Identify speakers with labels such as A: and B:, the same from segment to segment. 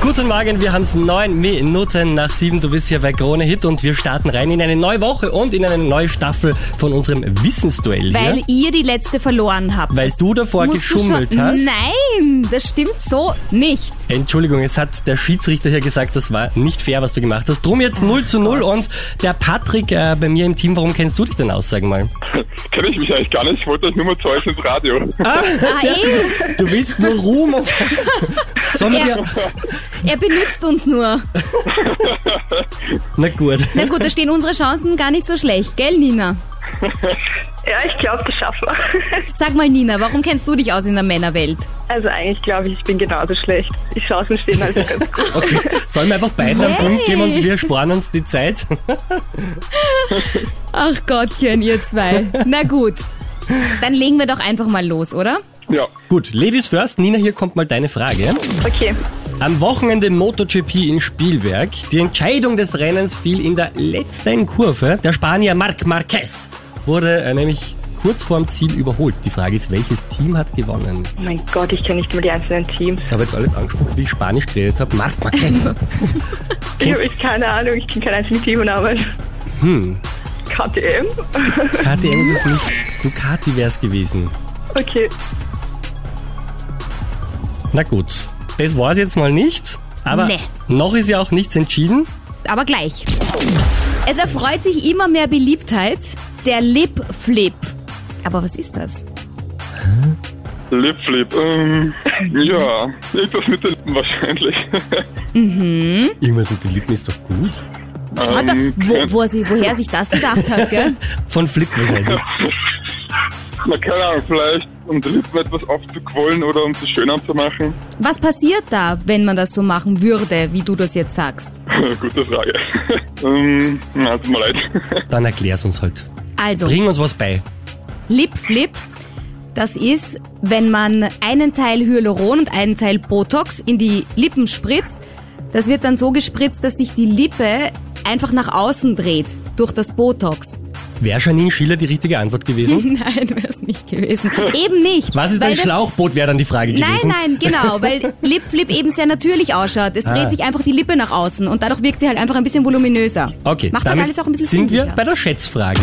A: Guten Morgen, wir haben es neun Minuten nach sieben. Du bist hier bei Krone Hit und wir starten rein in eine neue Woche und in eine neue Staffel von unserem Wissensduell
B: Weil
A: hier.
B: ihr die letzte verloren habt.
A: Weil du davor
B: Musst du
A: geschummelt
B: schon-
A: hast.
B: Nein, das stimmt so nicht.
A: Entschuldigung, es hat der Schiedsrichter hier gesagt, das war nicht fair, was du gemacht hast. Drum jetzt 0 zu 0 und der Patrick äh, bei mir im Team, warum kennst du dich denn aus, sag mal?
C: Kenne ich mich eigentlich gar nicht. Ich wollte euch nur mal zu euch ins Radio.
B: Ah, eh,
A: Du willst nur Ruhm und... Sollen wir
B: Ja.
A: dir...
B: er benützt uns nur.
A: Na gut.
B: Na gut, da stehen unsere Chancen gar nicht so schlecht, gell, Nina?
D: Ja, ich glaube, das schaffen wir.
B: Sag mal, Nina, warum kennst du dich aus in der Männerwelt?
D: Also eigentlich glaube ich, ich bin genauso schlecht. Die Chancen stehen also ganz gut.
A: Okay. Sollen wir einfach beiden einen
B: Hey.
A: Punkt geben und wir sparen uns die Zeit?
B: Ach Gottchen, ihr zwei. Na gut. Dann legen wir doch einfach mal los, oder?
C: Ja,
A: Gut, Ladies first. Nina, hier kommt mal deine Frage.
D: Okay,
A: Am Wochenende MotoGP in Spielberg. Die Entscheidung des Rennens fiel in der letzten Kurve. Der Spanier Marc Marquez wurde äh, nämlich kurz vorm Ziel überholt. Die Frage ist, welches Team hat gewonnen?
D: oh mein Gott, ich kenne nicht mal die einzelnen Teams.
A: Ich habe jetzt alles angesprochen, wie ich Spanisch geredet habe. Marc Marquez.
D: Ich habe keine Ahnung, ich kenne keinen einzigen Teamnamen. Hm. KTM?
A: KTM ist es nicht. Ducati wäre es gewesen.
D: Okay,
A: Na gut, das war's jetzt mal nicht. Aber
B: Nee.
A: noch ist ja auch nichts entschieden.
B: Aber gleich. Es erfreut sich immer mehr Beliebtheit. Der Lip Flip. Aber was ist das?
C: Lip Flip. Ähm, ja, irgendwas mit den Lippen wahrscheinlich.
A: Irgendwas mit den Lippen ist doch gut.
B: Das hat er, wo, wo er sich, woher er sich das gedacht hat, gell?
A: Von Flip wahrscheinlich.
C: Na, keine Ahnung, vielleicht um die Lippen etwas aufzuquollen oder um sie schöner zu machen.
B: Was passiert da, wenn man das so machen würde, wie du das jetzt sagst?
C: Gute Frage. ähm, na, tut mir leid.
A: Dann erklär's uns halt.
B: Also,
A: Bring uns was bei.
B: Lip Flip, das ist, wenn man einen Teil Hyaluron und einen Teil Botox in die Lippen spritzt. Das wird dann so gespritzt, dass sich die Lippe einfach nach außen dreht durch das Botox.
A: Wäre Janine Schiller die richtige Antwort gewesen?
B: Nein, wäre es nicht gewesen. Eben nicht.
A: Was ist
B: weil
A: ein
B: das-
A: Schlauchboot, wäre dann die Frage
B: Nein,
A: gewesen.
B: nein, genau, weil Lip Flip eben sehr natürlich ausschaut. Es
A: Ah.
B: dreht sich einfach die Lippe nach außen und dadurch wirkt sie halt einfach ein bisschen voluminöser.
A: Okay,
B: Macht
A: damit
B: dann alles auch ein bisschen
A: sind wir
B: sinnlicher.
A: bei der Schätzfrage.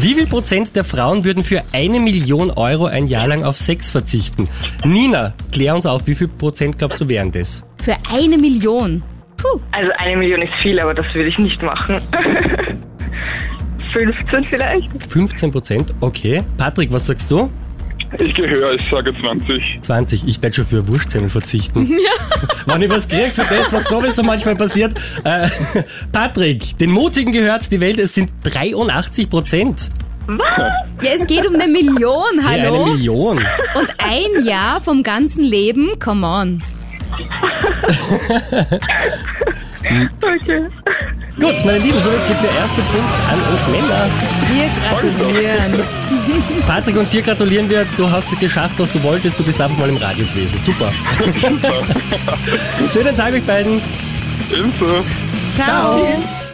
A: Wie viel Prozent der Frauen würden für eine Million Euro ein Jahr lang auf Sex verzichten? Nina, klär uns auf, wie viel Prozent glaubst du wären das?
B: Für eine Million. Puh.
D: also eine Million ist viel, aber das würde ich nicht machen. 15 vielleicht?
A: 15 Prozent, okay. Patrick, was sagst du?
C: Ich gehöre, ich sage 20.
A: 20. Ich werde schon für Wurstsemmel verzichten. Ja. Wenn ich was krieg für das, was sowieso manchmal passiert. Äh, Patrick, den Mutigen gehört die Welt, es sind 83 Prozent.
B: Ja, es geht um eine Million,
A: Eine
B: hallo.
A: Million.
B: Und ein Jahr vom ganzen Leben, come on.
D: Okay.
A: Gut, meine Lieben, somit geht der erste Punkt an uns Männer.
B: Wir gratulieren.
A: Patrick und dir gratulieren wir. Du hast geschafft, was du wolltest. Du bist einfach mal im Radio gewesen. Super. Schönen Tag euch beiden.
C: Ebenso.
B: Ciao.